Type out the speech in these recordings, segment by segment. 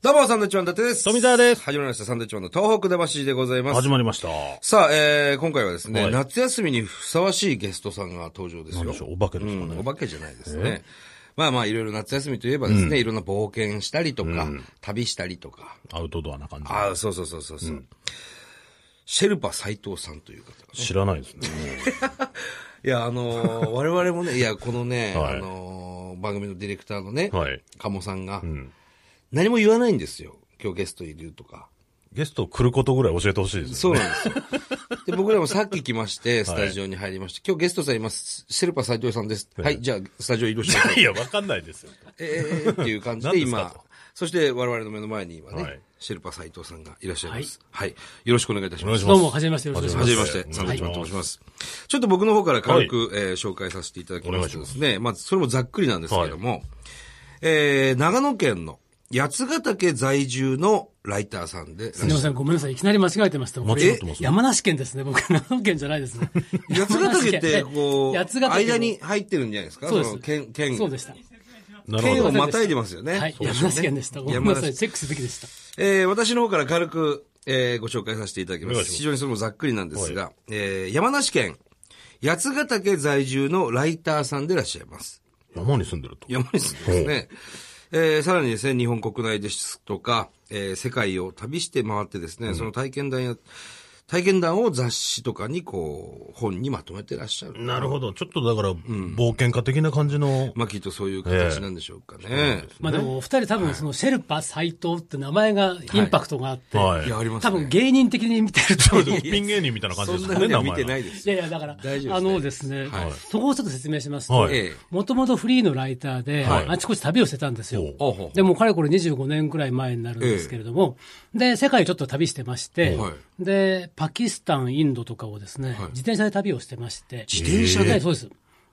どうも、サンドイッチマン伊達です。富澤です始まりました、サンドイッチマンの東北魂でございます始。まりました。さあ、えー、今回はですね、はい夏休みにふさわしいゲストさんが登場ですよ。何でしょうお化けですかねうんお化けじゃないですね。まあまあ、いろいろ夏休みといえばですね、いろんな冒険したりとか、旅したりとか。アウトドアな感ああ、そうそうそうそうそう。シェルパ斎藤さんという方。じ。知らないですね。いや、あのー 我々もね、いや、このね、はあいのー番組のディレクターのね、はい。鴨さんが、何も言わないんですよ。今日ゲストいるとか。ゲスト来ることぐらい教えてほしいですよそうなんです よ。で、僕らもさっき来まして、スタジオに入りまして、今日ゲストさんいます。シェルパ斎藤さんです。はい、じゃあ、スタジオ移動してくださ ね。いい。や、わかんないですよ。えーえーっていう感じで何ですか今、そして我々の目の前に今ね、はいシェルパ斎藤さんがいらっしゃいます。はい、よろしくお願いいたします。お願いしますどうも、はじめまして、よろしくおは願じいしめま。ますして、サンドウィッいチマンと申します。ちょっと僕の方から軽く、えー紹介させていただきますとですね、まずそれもざっくりなんですけれども、えー、長野県の八ヶ岳在住のライターさんで、すみません、ごめんなさい。いきなり間違えてました。間違ってますよ山梨県ですね。僕、 長野県じゃないですね。八ヶ岳 って、こう、八ヶ岳の間に入ってるんじゃないですかそうですの県、県、そうでした。なる県ほをど。またいでますよね。はい。そうで山すよね梨県でした。ごめん山なさい。梨。チェックすべきでした。えー私の方から軽く、えーご紹介させていただきまおす。願いします非常にそれもざっくりなんですが、えー山梨県、八ヶ岳在住のライターさんでいらっしゃいます。山に住んでると。山西ですね。えーさらにですね、日本国内ですとか、えー世界を旅して回ってですね、その体験談や、体験談を雑誌とかにこう、本にまとめてらっしゃる。なるほど。ちょっとだから、冒険家的な感じの。まあきっとそういう形なんでしょうかね。まあでも、お二人多分、その、シェルパ斎藤って名前がインパクトがあって、はい。いや、あります多ね。分芸人的に見てると思う。いピン芸人みたいな感じそでんすなよふうね、には名見て前な が。いです。やいや、だから、大丈夫ですねあのですね、はいそこをちょっと説明しますと、はいええもともとフリーのライターで、はいあちこち旅をしてたんですよ。ほうほうほうでもうかれこれ25年くらい前になるんですけれども、で、世界ちょっと旅してまして、はで、パキスタン、インドとかをですいね、自転車で旅をしてまして、自転車ではいそうです。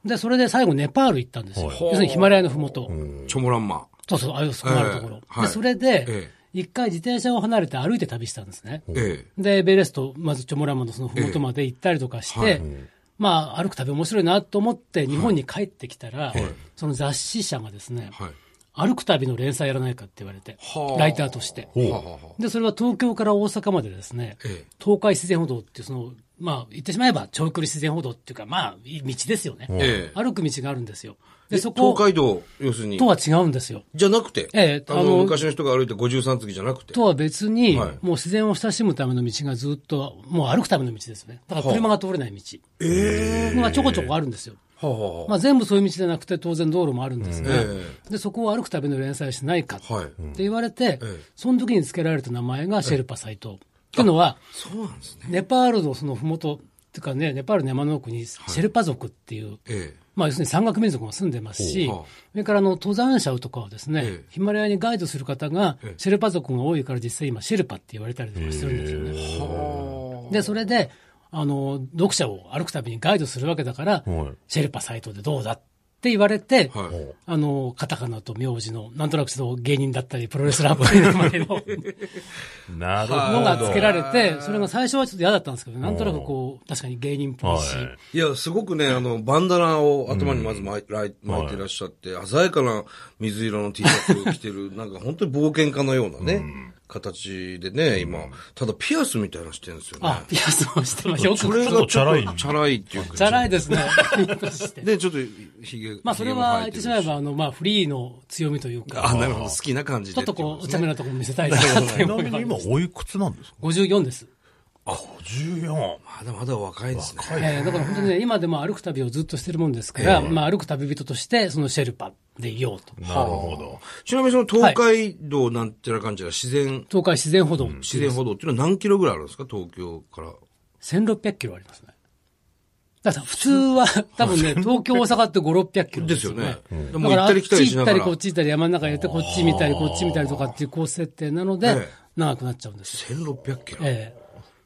で、それで最後ネパール行ったんですよ。はい要するにヒマラヤのふもと。チョモランマ。そうそう、ああいうそこがあるところ。ええはいで、それえで、一回自転車を離れて歩いて旅したんですね。えで、ベレスト、まずチョモランマのそのふもとまで行ったりとかして、ええはいまあ、歩く旅面白いなと思って日本に帰ってきたら、その雑誌社がですねえ、はい。歩く旅の連載やらないかって言われては、あライターとして。ほうはあはあはで、それは東京から大阪までですね、ええ東海自然歩道っていう、その、まあ、言ってしまえば長距離自然歩道っていうか、まあ、い道ですよね。ええ歩く道があるんですよ。で、でそ東こと海道、要するに。は違うんですよ。じゃなくて。ええああの、の昔の人が歩いて53次じゃなくて。とは別に、はいもう自然を親しむための道がずっと、もう歩くための道ですね。だから車が通れない道。えがちょこちょこあるんですよ。はあはあはあまあ、全部そういう道じゃなくて、当然道路もあるんですが、えでそこを歩くための連載をしないかってはい言われて、えその時に付けられた名前がシェルパ斎藤。っていうのは、そうなんですね。ネパールのそのふもと、っていうかね、ネパールの山の奥にシェルパ族っていう、えまあ、要するに山岳民族が住んでますし、ほうはあそれからあの登山者とかをですね、ええヒマラヤにガイドする方がええ、シェルパ族が多いから実際今、シェルパって言われたりとかしてるんですよね。え。はで、それで、あの、読者を歩くたびにガイドするわけだから、はいシェルパサイトでどうだって言われて、あ。はい。あの、カタカナと名字の、なんとなくその芸人だったり、プロレスラーっぽい名前のなるのがほ付ど。けられて、それが最初はちょっと嫌だったんですけど、なんとなくこう、確かに芸人っぽいし、はいいや、すごくね、あの、バンダナを頭にまず巻い,らい、巻いてらっしゃって、鮮やかな水色の T シャツを着てる、なんか本当に冒険家のようなね、形でね、今。ただ、ピアスみたいなのしてるんですよねあ、。ピアスをしてました。よくそれちょっがとチャラいチャラいっていうか。じゃないですね。としてで、ちょっと、ひげまあ、それは言ってしまえ。ひげもば、あの、まあ、フリーの強みという生えてるしあ、か、なるほど。好きな感じで。ちょっとこう、お茶目な。なところ見せたいな ってい ちうな思みいがあにり今ま、す。おいくつなんですか54です。 ?54。まだまだ若いですね。えーだから本当にね、今でも歩く旅をずっとしてるもんですから、まあ、歩く旅人として、そのシェルパでいようと。なるほど。ちなみにその東海道なんてな感じは自然、東海自然歩道、自然歩道っていうのは何キロぐらいあるんですか東京から。 1600キロありますね。だから普通は、多分ね、東京、大阪って5、600キロですよねうんだからもう行あったっり来たりちしな行がっらたり、こっち行ったり、山の中に行って、こっち見たり、こっち見たりとかっていうコース設定なのでええ、長くなっちゃうんですよ。 1600キロ。え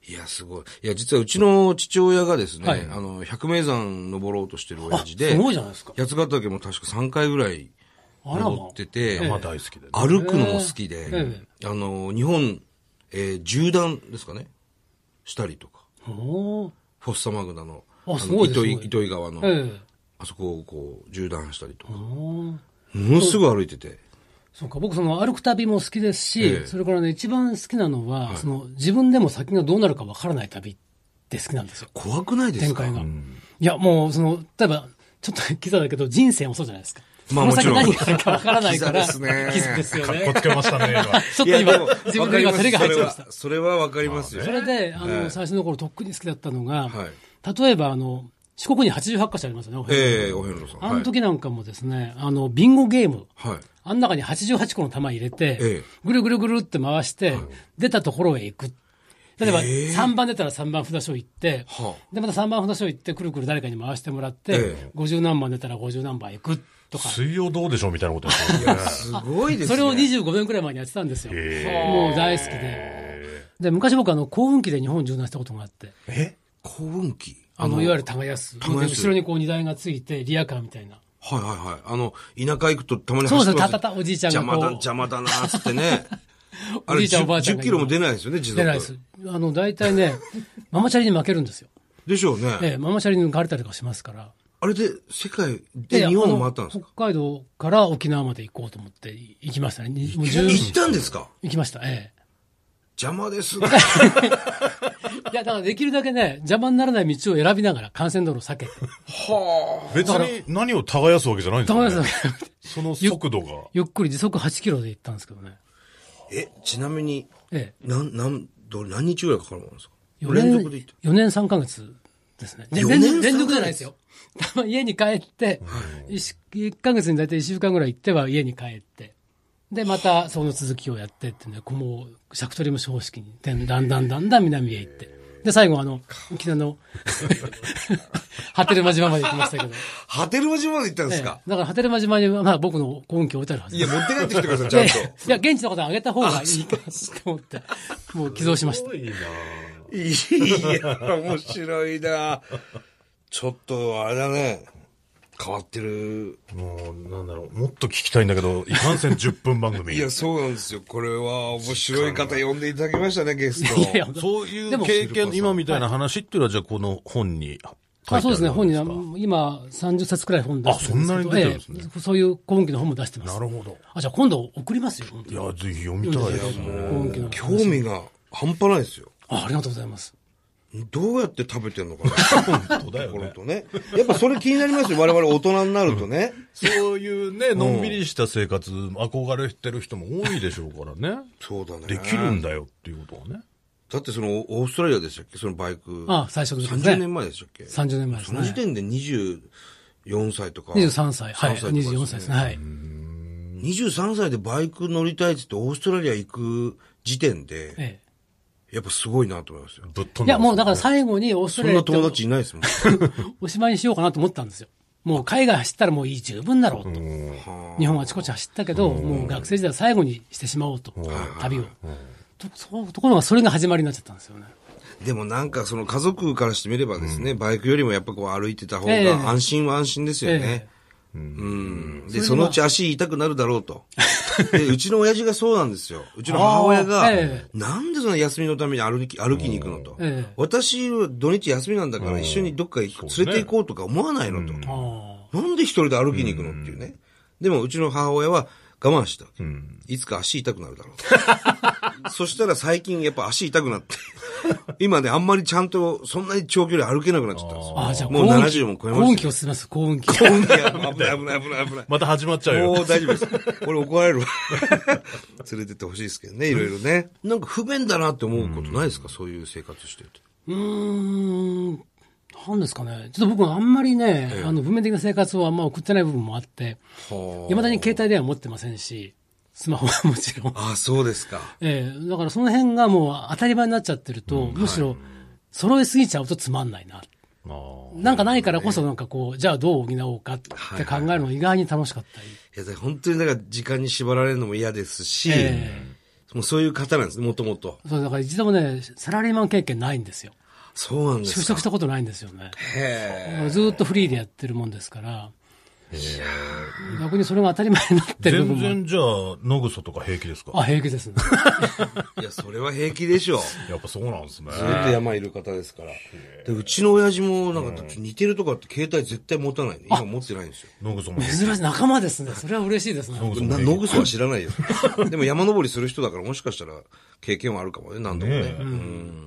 いや、すごい。いや、実はうちの父親がですね、はいあの、百名山登ろうとしてるえ親父で、すごいじゃないですか。八ヶ岳も確か3回ぐらいあらま登ってて、山大好きでね。歩くのも好きで、えあの、日本、えー、縦断ですかねしたりとか、おーフォッサマグナの、あのすごいです糸ね井糸井川の、ええあそこをこう、縦断したりとか、おーものすごい歩いてて、そうか、僕その歩く旅も好きですし、ええそれからね、一番好きなのは、その自分でも先がどうなるかわからない旅って好きなんですよ。怖くないです展か開が。いや、もう、その、例えば、ちょっとキザだけど、人生もそうじゃないですか。まあこの先もちろん何があるかわからないから。 キザですねキザですよかっ こね。つけまし たね、今。ちょっいとや、で 今も、、自分の今、照れが入っちゃいました。それはわかりますよ。そそれはわかりますよ。れで、あの、最初の頃、とっくに好きだったのが、はい例えば、あの、四国に88箇所ありますよね、お部屋ええ、お遍路さん。あの時なんかもですね、あの、ビンゴゲーム。はい。はい。あん中に88個の玉入れて、ええぐるぐるぐるって回して、出たところへ行く。例えば、3番出たら3番札所行って、はで、また3番札所行って、くるくる誰かに回してもらって、ええ50何番出たら50何番行くとか、水曜どうでしょうみたいなことやってるねすごいですそね。れを25年くらい前にやってたんですよ。へもう大好きで。で、昔僕、あの、幸運期で日本縦断したことがあって、え幸運期あの、いわゆる耕す。耕す後ろにこう荷台がついて、リアカーみたいな。はいはいはい。あの、田舎行くとたまにそうそ走うってますたたたおじいちゃんがこう邪魔だ、邪魔だな、つってね。あ おれ、じいちゃんおばあちゃん10がキロも出ないですよね、自動出ないです。あの、大体ね、 ママチャリに負けるんですよ。でしょうね。ええ、ママチャリに抜かれたりとかしますから。あれで、世界で日本を回ったんですかあの北海道から沖縄まで行こうと思って行きましたね。にもう十分行ったんですか行きました。え邪魔です ね。え。いや、だからできるだけね、邪魔にならない道を選びながら幹線道路を避 けて。別に何を耕すわけじゃないんです高よ橋さんね。その速度が。 ゆっくり時速8キロで行ったんですけどね。え、ちなみに、ええ。なん、なん、どれ何日ぐらいかかるものですか4連続で年行っ、四年3ヶ月ですね。ね四連年三ヶ続連続月じゃないですよ。 たまに家に帰って、一1ヶ月に大体1週間ぐらい行っては家に帰って。で、またその続きをやってってね、こうもう、尺取りも正式に、でだんだんだんだん南へ行って。で、最後あの、沖縄の、 波照間島まで行きましたけど。た。波照間島まで行ったんでえすえかだから波照間島に、まあ僕の根拠置いてあるはずいでや、す。持って帰ってきてください、いちゃやんいと。や、現地の方あげた方がいいかなと思って、もう寄贈しました。いや、面白いな。ちょっと、あれだね。変わってる。もう、なんだろう。もっと聞きたいんだけど、いかんせん10分番組。いや、そうなんですよ。これは面白い方呼んでいただきましたね、ゲスト。いやいや、そういでうも経験、今みたいな話っていうのは、じゃあこの本に書いてあるあそうですね、本になは今、30冊くらい本出してるあそんなに出てるんですねええそういう今期の本も出してます。るほど。あ、じゃあ今度送りますよ、本当いに。や、ぜひ読みたいですね。今期の興味が半端ないですよ。あ。ありがとうございます。どうやって食べてんのかな。本当だとよころね。とね。やっぱそれ気になりますよ。我々大人になるとね。そういうね、のんびりした生活、憧れてる人も多いでしょうからね。そうだね。できるんだよっていうことはね。だってその、オーストラリアでしたっけそのバイク。あ最初の時ですね30年前でしたっけ30年前ですその時ね。点で24歳とか。 23歳、はい、 23歳とかですね24歳ですね。はい。 23歳でバイク乗りたいっつってオーストラリア行く時点で、えやっぱすごいなと思いますよ。ぶっ飛え、んいや、もうだかから最後にオースそトラんリアな行友って達いないですもん。 おしまいにしようかなと思ったんですよ。もう海外走ったらもういい十分だろうと。日本あちこち走ったけど、もう学生時代を最後にしてしまおうと。旅を。とそうところがそれが始まりになっちゃったんですよね。でもなんかその家族からしてみればですね、バイクよりもやっぱこう歩いてた方ええが安心は安心ですよね。うん。で、そのうち足痛くなるだろう と。で、うちの親父がそうなんですよ。うちの母親があーえ、なんでその休みのために歩き、歩きに行くのとええ。私、土日休みなんだから一緒にどっか行く連れて行こうとか思わないのと。ああ。なんで一人で歩きに行くのっていうね。でも、うちの母親は我慢したわけ。いつか足痛くなるだろうと。 そしたら最近やっぱ足痛くな って、今ね、あんまりちゃんとそんなに長距離歩けなくなっちゃったんですよ。ああ、じゃあ、もう幸運70も超えま幸運し期たを進めます、幸運期。よ。幸運期や危ない危ない危ない危ない。また始まっちゃうよ。もう大丈夫です。 これ怒られるわ。連れてってほしいですけどね、いろいろね。なんか不便だなって思うことないですかそういう生活してて。うーん、なんですかね。ちょっと僕あんまりね、あの、文面的な生活をあんま送ってない部分もあって、はあいまだに携帯電話持ってませんし、スマホはもちろん。 ああ、そうですか。ええだからその辺がもう当たり前になっちゃってると、むしろ、揃えすぎちゃうとつまんないな。あなんかないからこそなんかこう、じゃあどう補おうかって考えるのが意外に楽しかったり。いや、だから本当にだから時間に縛られるのも嫌ですし、えもうそういう方なんですね、もともと。そう、だから一度もね、サラリーマン経験ないんですよ。そうなんで就すか。職したことないんですよね。へえ。ずーっとフリーでやってるもんですから、逆にそれが当たり前になってる全部分も。然じゃあ、野草とか平気ですかあ、平 気ですね。いや、それは平気でしょ。やっぱそうなんですね。ずっと山いる方ですから。で、うちの親父も、なんか、似てるとかって携帯絶対持たないね。今持ってないんですよ。野草も平気。珍しい仲間ですね。それは嬉しいですね。野草もな平野草は知らないよ。 でも山登りする人だからもしかしたら経験はあるかもね、何度気もね。ね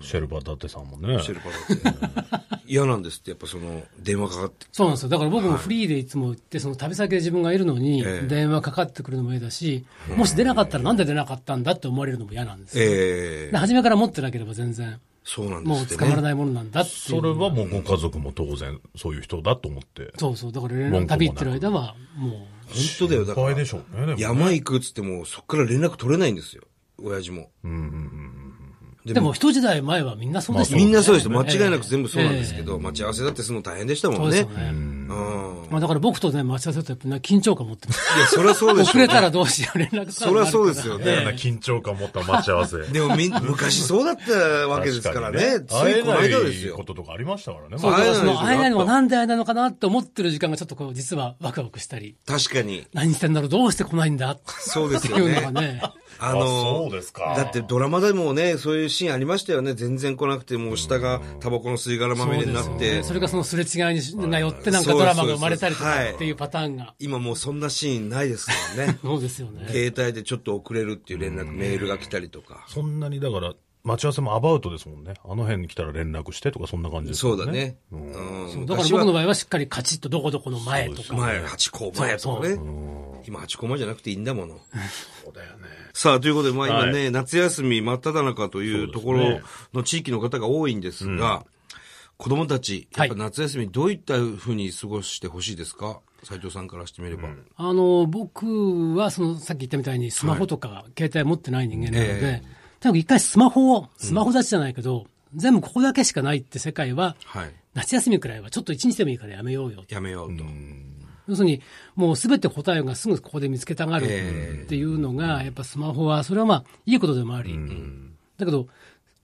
えシェルバーだってさんもね。シェルパだって。嫌なんですって、やっぱその、電話かかって。そうなんですよ。だから僕もフリーでいつも行って、その旅先で自分がいるのにええ、電話かかってくるのも嫌だし、もし出なかったらなんで出なかったんだって思われるのも嫌なんですよ。ええで初めから持ってなければ全然、そうなんもでうすって、捕ね。まらないものなんだってい。そうれはもうご家族も当然、そういう人だと思って。そうそう。だから連文句もな絡く旅行ってる間は、も本当だよ、だか心配らで。しょうね、でも。山行くっつっても、そっから連絡取れないんですよ。親父も。うんうんうん。う。ででも、一時代前はみんなそうでしたもみねんなそうですよ。間違いなく全部そうなんですけええど、待ち合わせだってするの大変でしたそもうんでね。すよね。うん。まあだから僕とね、待ち合わせるとやっぱね緊張感持ってます。いや、そりゃ そうでしょ。遅れたらどうしよう、連絡がそりゃそうですよだよなね。緊張感持った待ち合 わせ。でもみん、昔そうだったわけですからね。つ会いえこのな間ですいよこ。ととかありましたからね。そう、だからその会えな会えないいのがのがなんで会えないのかなって思ってる時間がちょっとこう、実はワクワクしたり、確かに。何してんだろう、どうして来ないんだっそうでてすいようのがね。ね。ああそのう、ですか。だってドラマでもね、そういうシーンありましたよね。全然来なくて、もう下がタバコの吸い殻まみれになそうっですよてね。それがそのすれ違いにしなよってなんかそうドラマが生まれたりとそうそうかそうっていうパターンが。。今もうそんなシーンないですもんね そうですよね。携帯でちょっと遅れるっていう連絡、メールが来たりとか。そんなにだから、待ち合わせもアバウトですもんね。あの辺に来たら連絡してとかそんな感じですそもうんだね。うそんうだから昔僕のは場合はしっかりカチッとどこどこの前とか。前、8個前とかね。今8個前じゃなくていいんだもの。そうだよね。さあ、ということで、まあ今ね、は夏休み真っ只中というとこそうろですねの地域の方が多いんですが、子供たち、やっぱ夏休みどういったふうに過ごしてほしいですか斉藤さんからしてみれば。あの、僕はそのさっき言ったみたいにスマホとか携帯持ってない人間なので、えとにかく一回スマホを、スマホ立ちじゃないけど、全部ここだけしかないって世界は、はい。夏休みくらいはちょっと一日でもいいからやめようよ。やめようと。要するに、もうすべて答えがすぐここで見つけたがるっていうのが、やっぱスマホは、それはまあ、いいことでもあり、だけど、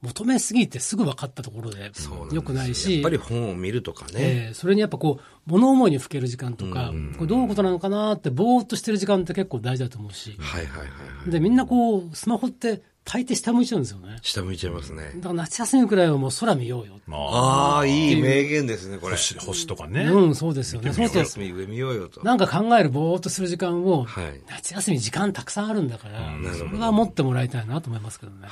求めすぎてすぐ分かったところで、よくないやし、っぱり本を見るとかね。えーそれにやっぱこう、物思いにふける時間とか、これどういうことなのかなって、ぼーっとしてる時間って結構大事だと思うし、はいはいはいはい。で、みんなこう、スマホって大抵下向いちゃうんですよね。下向いちゃいますねだ。から夏休みくらいはもう空見ようよ。まあ、ああ、いい名言ですね、これ。星星とかね。うん、そうですよね。そうす夏ると休み上見ようよと。なんか考えるぼーっとする時間を、はい夏休み時間たくさんあるんだから、なるほそどれは持ってもらいたいなと思いますけどね。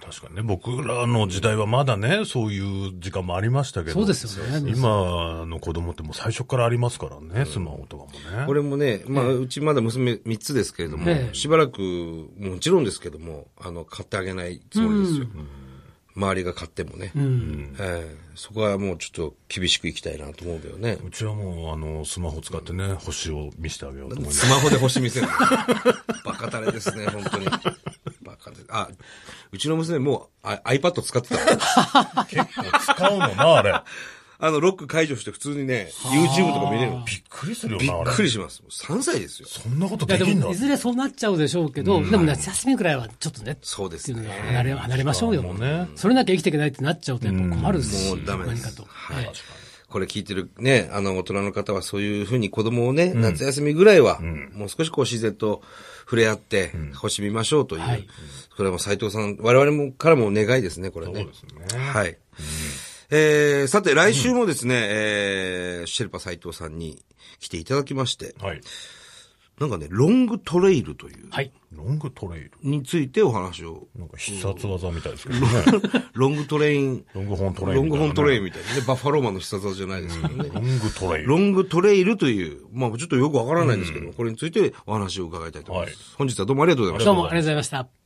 確かにね、僕らの時代はまだね、そういう時間もありましたけど。そうですよね今の子供ってもう最初からありますからね、スマホとかもね。これもね、まあ、うちまだ娘3つですけれども、ええしばらく、もちろんですけども、あの、買ってあげないつもりですよ。周りが買ってもね。ええそこはもうちょっと厳しくいきたいなと思うけどね。うちはもう、あの、スマホ使ってね、星を見せてあげようと思い まスす。マホで星見せるの。バカタレですね、本当に。バカで。あ、うちの娘もうあ iPad 使ってた。 使うのな、あれ。あの、ロック解除して普通にね、YouTube とか見れるの。びっくりするよびな、あっれ。くりします。3歳ですよ。そんなこといやでできんも、だい。ずれそうなっちゃうでしょうけど、でも夏休みくらいはちょっとね、そうですねっていうのが離れ離れましょうよ。もうねそれなきゃ生きていけないってなっちゃうとやっぱ困るし、もうダメです何かと。はいええこれ聞いてるね、あの、大人の方はそういうふうに子供をね、夏休みぐらいは、もう少しこう自然と触れ合って、星見ましょうという、はいこれはもう斉藤さん、我々もからも願いですね、これね。はい。えー、さて、来週もですね、えー、シェルパ斉藤さんに来ていただきまして、はい。なんかね、ロングトレイルという、はい。ロングトレイル。についてお話を、なんか必殺技みたいですけどね。ロングトレイン、ロングホーントレイルロンみグたいなねホントレインみたいなね、バッファローマンの必殺技じゃないですけどね。ロングトレイル。ロングトレイルという、まあちょっとよくわからないんですけど、これについてお話を伺いたいと思います。はい本日はどうもありがとうございましたどうもありがとうございました。